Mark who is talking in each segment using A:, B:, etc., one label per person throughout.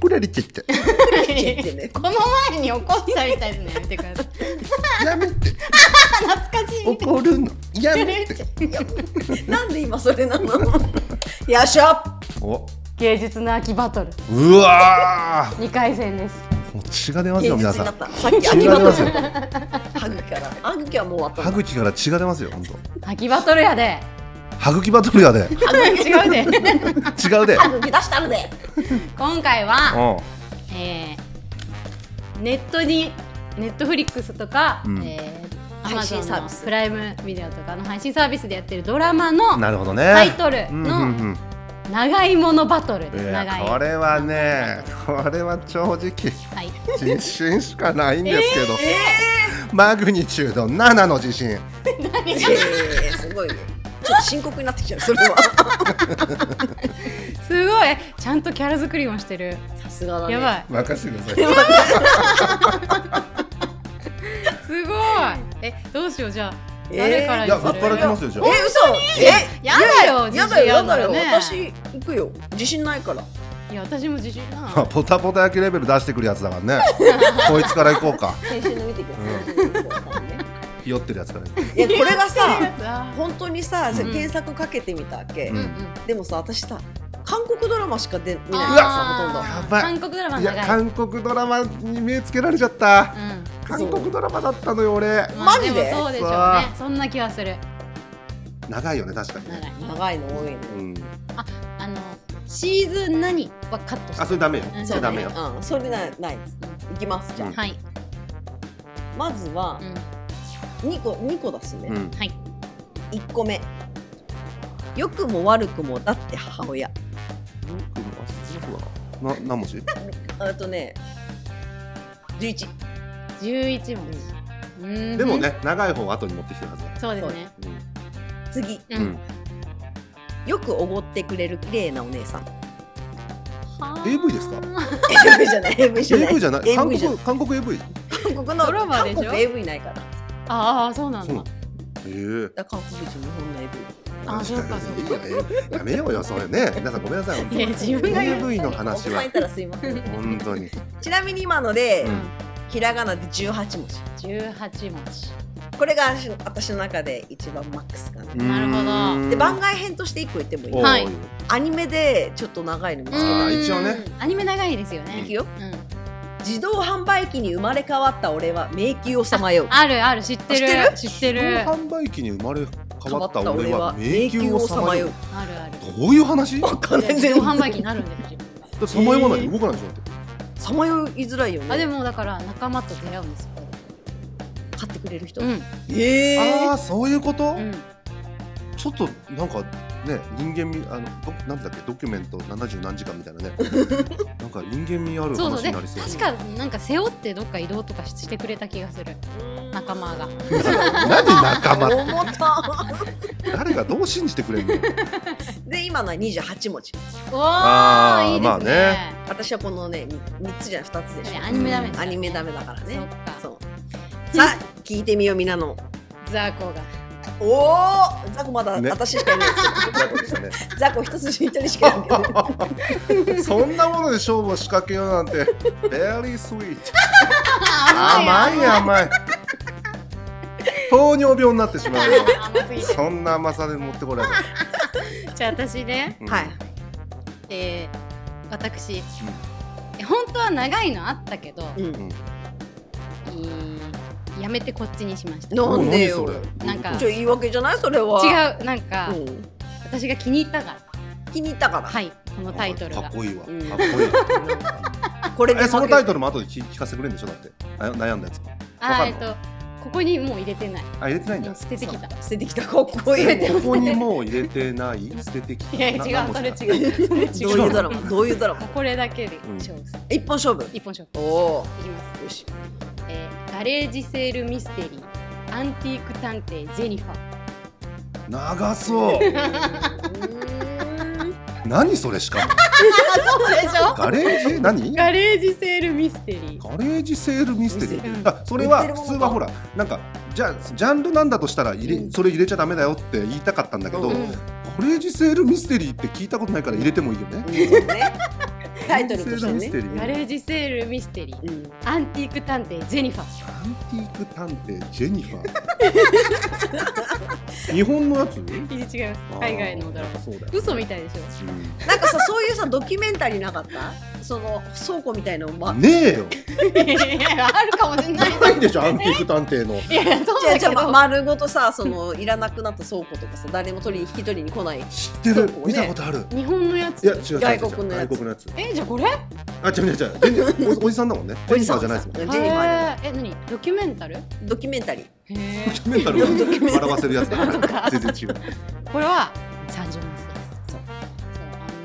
A: これはリチ って
B: ってね
C: この前に怒ったみたいなのやめてください
A: やめて
C: 懐かしい
A: 怒るのやめて
B: なんで今それ なのよいしょ
A: お
C: 芸術の秋バトル
A: うわ
C: 二回戦です
A: ーもう血が出ます
B: 芸
A: よ
B: 術
A: 皆
B: に
A: さん
B: なった さっき
A: 血
B: 秋
A: が出ま
B: 葉原
A: すよ
B: 歯茎から歯茎はもう終わった
A: 歯茎から血が出ますよ本当
C: 秋バトルやで
A: 歯茎バトルやで
C: 違うで
A: 違うで
B: 歯茎出したるで
C: 今回は、
A: う
C: えー、ネットにネットフリックスとか、
A: うん
C: えー、
B: 配信
C: Amazon
B: サービ
C: の
B: ス
C: プライムビデオとかの配信サービスでやってるドラマの
A: んなるほどね
C: タイトル
A: うんう
C: の
A: んうん
C: 長いものバトル
A: い
C: です、
A: や
C: 長い
A: これはねこれは正直
C: はい
A: 自信しかないんですけど、マグニチュード7の地震
B: いやいやいやすごいよちょっと深刻になってきちゃうそれは
C: すごいちゃんとキャラ作りもしてる
B: さすがだね
C: やばい
A: 任せてください
C: すごいえどうしようじゃあ
B: えー
C: 誰から
A: い
C: に
A: や
C: する
A: ばっぱらきますよじゃあ
B: え嘘え
C: やだよ
B: やだよやだよ
C: 自信あるのね
B: 私行くよ自信ないから
C: いや私も自信 な
A: まあポタポタ焼きレベル出してくるやつだから ねこいつから行こうか
B: 先週の見てください
A: 酔ってるやつから行こう
B: いやこれがさ
C: あ
B: 本当にさ、じゃあ
C: うん
B: 検索かけてみたわけ、
A: う
C: うんんうん
B: でもさ私さ韓国ドラマしか出見ないから
C: あ
B: さ
C: ー
A: やばい
C: 韓国ドラマ
A: い
C: の
A: や
C: 長い
A: 韓国ドラマに目つけられちゃった
C: うん
A: 韓国ドラマだったのよ俺
C: まあ
B: マジで
C: もそうでしょうね
A: さ
C: そんな気はする
A: 長いよね確かにね
C: 長い
B: ほとんど長いの多いの
A: うん
C: あのシーズン何はカットして
A: あそれダメよ
C: うん
A: それダメよ
B: うんそれないないいきますじゃあ、
A: うん
C: はい、
B: まずは
C: うん
B: 2個二個出すね、
A: うん
C: はい
B: 一1個目良くも悪くもだって母親
A: な何文字
B: あとね11
C: 11問うん
A: でもね長い方を後に持ってきてるはずだ
C: そうですね
B: 次
C: う
A: うんん
B: よくおごってくれる綺麗なお姉さん
C: はあ
A: AV ですか
B: AV じゃない AV じゃない
A: AV じゃない韓
B: AV じゃな
A: 国韓国 AV
B: い韓国
C: ドラ
B: の
C: マで
B: 韓
C: しょ
B: 国 AV ないからだか
C: ああそうなん
A: そうな
C: だ
A: のええ
B: ら韓国人日本の AV
C: あそうかそうか
A: いやえやめようよそれね皆さんごめんなさい
C: いや自分が言う
A: AV の
B: お子
A: 話
B: さ
A: は
B: んいたらすいません
A: 本当に
B: ちなみに今ので、
A: うん
B: ひらがなで18文字
C: 18文字
B: これが私の中で一番マックスかな、
C: なるほど
A: うん
B: で番外編として1個言ってもいい、
A: おー
C: はい
B: アニメでちょっと長いの見つけ
A: う
B: た
A: んあー一応ね
C: アニメ長いですよね
B: いくよ
C: うん
B: 自動販売機に生まれ変わった俺は迷宮をさまよう
C: あるある知ってる知ってる
A: 自動販売機に生まれ変わった俺は迷
B: 迷
A: 宮
B: 宮
A: を
B: を
A: さ
B: さ
A: ま
B: ま
A: よ
B: よ
A: う
B: う
C: あるある
A: どういう話だ
B: わかんない
C: 自動販売機になるんです自分が
A: ってさまよわないと動かないでしょだって
B: さまよいづらいよね
C: あでもだから仲間と出会うんですよ
B: 買ってくれる人、
C: うん
B: え
A: ああそういうこと
C: うん
A: ちょっとなんかね人間味あのどなんだっけドキュメント70何時間みたいなねなんか人間味ある
C: そう
A: 話
C: そうで
A: になりそう
C: 確かなんか背負ってどっか移動とかしてくれた気がする仲間が
A: 何仲間って
B: 重た
A: 誰がどう信じてくれるの
B: で今のは28文字
C: お
A: あー
C: ーいい
A: まあ
C: ですね
A: ね
B: 私はこのね3つじゃない2つでし
C: アニメダメです
B: ょ
C: よ
B: アニメダメだからね
C: そっか
B: そうさあ聞いてみようみんなの
C: ザコが
B: おおザコまだ
A: ね
B: 私しかいないですよ
A: なん かでしたね
B: ザコ一筋板にしかいないけ ど
A: そんなもので勝負を仕掛けようなんて、ベリースイート。
C: 甘
A: 甘い甘い。糖尿病になってしまうよ。
C: 甘すぎて
A: そんな甘さで持ってこられない。
C: じゃあ私ね
A: うん
B: はい。
C: えー私え本当は長いのあったけど
B: うん
C: いいやめてこっちにしました
B: な
A: うんん
B: でよ
A: 何それ
C: なんか
B: ちょ言い訳じゃないそれは
C: 違うなんか
B: う、ん、
C: 私が気に入ったから
B: 気に入ったから、
C: はいこのタイトル
A: か
C: が
A: っこいいわ。か
B: う
A: っ
B: ん
A: こいい。
B: これで
A: え、そのタイ
B: ト
A: トルも後で聞聞かせてくれるんでしょだって。あ悩んだやつ。わ
C: あ
A: か
C: ーえ
A: ん
C: っ
A: の
C: とここにもう入れてない
A: あ、入れてないんだ。
C: 捨ててきた
B: ル捨ててきたかっこいいね
A: ここにもう入れてない、捨ててきた。
C: いや
A: な
C: 違うそれ。
A: 何文字だ
C: 違うそれ
B: ど
C: 違
B: ういううドラマどういうドラマ
C: これだけで勝負する、
B: 一本勝負
C: 一本勝負
B: おお
C: いきます、
B: よし
C: えーガレージセールミステリーアンティーク探偵ジェニファー
A: 長そう。何それしかも。
C: そうでしょ
A: ガレージ何
C: ガレージセールミステリー
A: ガレージセールミステリ
C: ミステリ
A: ー。
C: ー
A: あそれは
B: 売ってるもの
A: 普通はほらなんかじゃあジャンルなんだとしたら入れ、
B: うん
A: それ入れちゃダメだよって言いたかったんだけど、
B: うん
A: ガレージセールミステリーって聞いたことないから入れてもいいよね。
B: うんねタイトルとしてね
A: ミステリ
C: ガ
A: ー。
C: レージセールミステリー
B: うん、
C: アンティーク探偵ジェニファー
A: アンティーク探偵ジェニファー。日本のやつ？
C: いや違います海外のドラマ
A: マ。そうだよ。
C: 嘘みたいでしょ
A: う
B: なんかさそういうさドキュメンタリーなかったその倉庫みたいなのま
A: んねえよ。
C: いやあるかもしれない
A: ないでしょアンティーク探偵の。
C: いやそう
B: じゃあ
C: だ
B: じゃ
C: け
B: あま
C: ど
B: 丸ごとさそのいらなくなった倉庫とかさ誰も取りに引き取りに来ない
A: 知って
B: そう
A: る
B: こう。
A: 見
B: ね
A: たことある。
C: 日本のやつ
A: いや違う違う違う。
B: 外国のや
A: 外
B: つ
A: 国のやつ。
C: えじゃあこれ
A: あ違う違う違うジェニ。おおじさんだもんね。ジェニファーじゃないですもんね。
B: ジェニファーじゃない
C: へーえ何ドキュメンタルへ
B: ドキュメンタリー
C: え
A: ドキュメンタルを表せるやつだから全然違う。
C: これは三十文字ですそうそう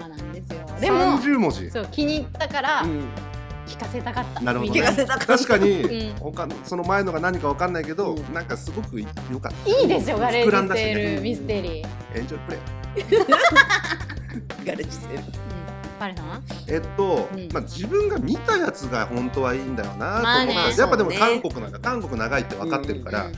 C: あんまなんですよでも
A: 三十文字。
C: そう気に入ったから
B: うん
C: 聞かせたかった
A: なるほどね
B: 怪
C: み
B: 我
C: たい
B: せたから
A: 確かに、
C: うん
A: 他のその前のが何かわかんないけど、
B: うん
A: なんかすごく良かった。
C: いいですよガレー
A: 膨らん
C: ジ
A: だし
C: セール
A: ね。
C: ミステリー
A: エンジョイプレイ。
B: ガレージセール
C: パレさんは
A: えっと、
C: うん
A: まあ自分が見たやつが本当はいいんだよなと
C: まあ
A: 思
C: ね
A: う、やっぱでも
B: そう
A: 韓
B: ね
A: 国なんだ、韓国長いって分かってるから、
C: うん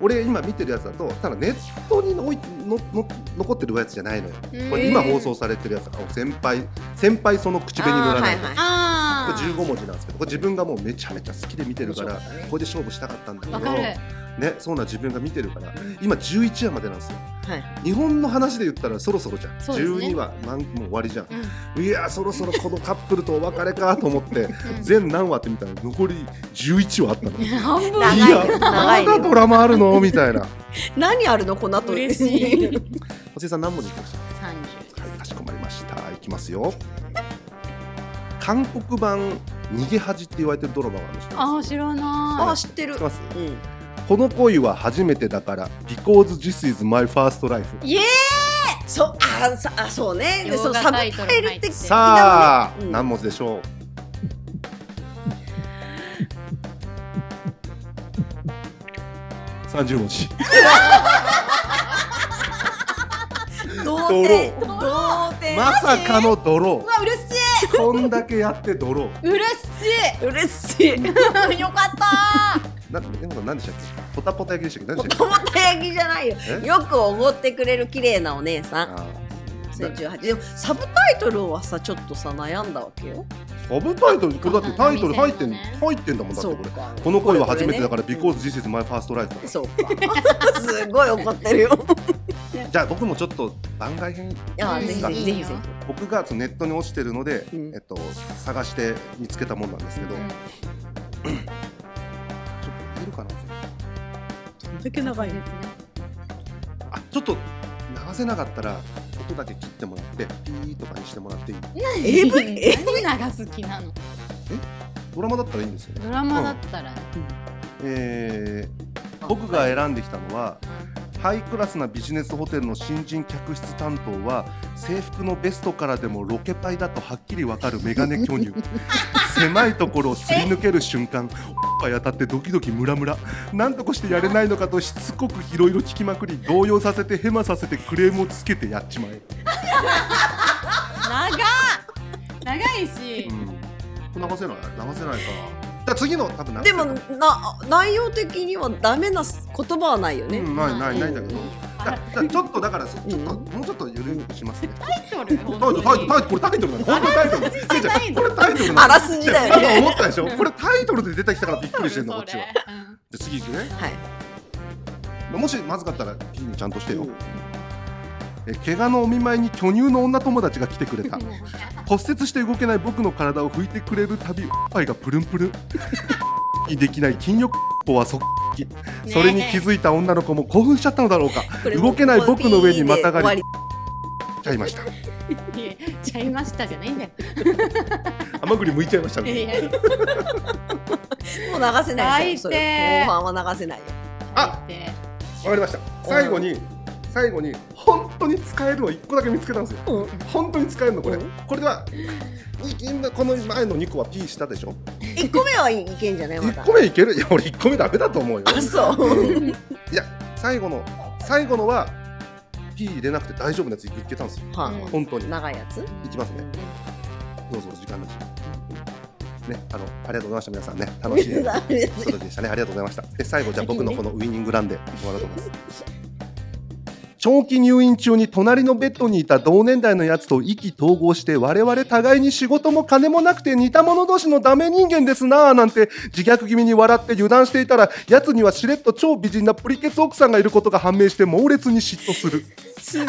A: 俺今見てるやつだとただネットにのいのの残ってるやつじゃないのよこれ
C: うん
A: 今放送されてるやつだから先輩先輩その口紅塗らないの、
B: あーはいはい
C: あ
A: これ15文字なんですけどこれ自分がもうめちゃめちゃ好きで見てるから、
B: 面白かったね
A: これで勝負したかったんだけど
C: わかる
A: ね、そうな自分が見てるから今11話までなんですよ
B: はい
A: 日本の話で言ったらそろそろじゃん、
C: そうですね
A: 12話なんもう終わりじゃん
C: うん
A: いやーそろそろこのカップルとお別れかと思 って
C: うん
A: 全何話って見たら残り11話あったの。い
C: 半分
B: 長い
A: や
B: よ長
A: ま
B: い
A: だ
B: よ
A: ドラマあるのみたいな。
B: 何あるのこの後
C: 嬉し い
A: おせさん何文字いきました。
C: 三十
A: はい、かしこまりました。いきますよ。韓国版逃げ恥って言われてるドラマがあるの知って
C: あ
A: ま
C: ー
A: す。
C: 知ら
B: あ
C: な
B: ー知ってる
A: 知ってます。
B: うん
A: この恋は初めてだから、because this is my first life。
C: いイエーイ
B: そうあーさあそうねで
C: 洋画
B: そのサブ
C: タ
B: タ
C: イ
B: イ
C: トル
B: ルって
A: さあ、
B: うん
A: 何文字でしょう。三十文字。
B: 童
A: ドロ
B: 貞
A: ー
B: 童貞
A: まさかのドロ
B: うわ嬉し
A: ー。こんだけやってドロー。
C: 嬉
B: い嬉しい
C: し いよかった
A: なんか、なんか何でしたっけ。ポタポタ焼きでしたっけ。何
B: も
A: で
B: と
A: したっ
B: もと焼きじゃないよ
A: え
B: よくおごってくれる綺麗なお姉さ
A: け。
B: ん
A: あー
B: 2018でもサブタイトルはさちょっとさ悩んだわけよ
A: サブタイトル、これだってタイトル入ってん、
C: そうだね
A: 入ってんだもんだって
B: そう
A: これ。
B: か
A: この恋は初めてだから、
B: これこ
A: because this is my first life だから。
B: そうか すごい怒ってるよ
A: じゃあ僕もちょっと番外編、
B: あ
A: いい
B: ーぜ
A: です
B: ひ
A: か
B: ぜひぜひぜ
A: 僕がそのネットに落ちてるので、
B: うん
A: えっと探して見つけたもんなんですけど、ちょっといるかな。
B: ひどんだけ長い
A: あ、ちょっと流せなかったら音だけ切ってもらって、ピーとかにしてもらっていい。
B: AV
C: 何流す気なの
A: ドラマだったらいいんですよね。
C: ドラマだったらね
A: えー僕が選んできたのは。ハイクラスなビジネスホテルの新人客室担当は制服のベストからでもロケパイだとはっきりわかるメガネ巨 乳狭いところをすり抜ける瞬間おっぱい当たってドキドキムラムラなんとかしてやれないのかとしつこくいろいろ聞きまくり動揺させてヘマさせてクレームをつけてやっちまえ、
C: 長っ長いし
A: うん、流せない流せないかじゃあ次の多分流
B: で
A: せ
B: も
A: ない
B: な内容的にはダメな言葉はないよね、
A: うん、ないないないんだけどだ
C: タ
A: だちょっとだからそちょっと
B: うん
A: もうちょっと緩くしますね
C: イトル
A: タイトル、タイトル、タイトル、これタイトルなの、本当にタイトル。せいちゃんこれタイトルなの。
B: あらすじだよ
A: なん
B: ね
A: か思ったでしょこれタイトルで出てきたからびっくりしてんの、こっちは。じゃ
C: は
A: あ次行くね。
B: はい、
A: もしまずかったら、ピーにちゃんとしてよ。
B: うん
A: え、怪我のお見舞いに巨乳の女友達が来てくれた。骨折して動けない僕の体を拭いてくれるたび、おっぱいがプルンプルン。できない禁欲子はそっき。それに気づいた女の子も興奮しちゃったのだろうか。
B: これ
A: 動けない僕の上にまたがり
B: 終わ
A: ちゃいました。
C: ちゃいましたじゃないんだよ
A: 甘栗剥いちゃいましたね。
B: もう流せないです
C: 最
B: よそれ
C: 低
B: 後半は流せないよ
A: あわかりました。最後に、最後に、本当に使えるを一個だけ見つけたんですよ。
B: うん
A: 本当に使えるのこれ、
B: うん
A: これではいい今この前の2個は P したでしょ、
B: 1個目はいいけんじゃないま
A: 1
B: た
A: 個目いけるいや俺1個目ダメだと思うよ
B: あそう
A: いや最後の最後のは P 入れなくて大丈夫なやついけたんですよ
B: は
A: 本当に
B: い長いやつ
A: いきますねどうぞ時間だしねあのありがとうございました皆さんね楽しい
B: ダメです
A: ことでしたねありがとうございましたで最後じゃあ僕のこのウイニングランでいってもらおうと思います長期入院中に隣のベッドにいた同年代のやつと意気投合して我々互いに仕事も金もなくて似た者同士のダメ人間ですなぁなんて自虐気味に笑って油断していたらやつにはしれっと超美人なプリケツ奥さんがいることが判明して猛烈に嫉妬する
B: すごい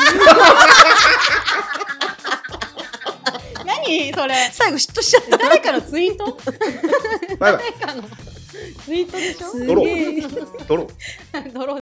C: 何それ
B: 最後嫉妬しちゃった
C: 誰かのツイート
A: バイバイ
C: 誰かのツイートでしょ
B: す
A: ドロ
B: げえ
A: ドロー
C: ドロ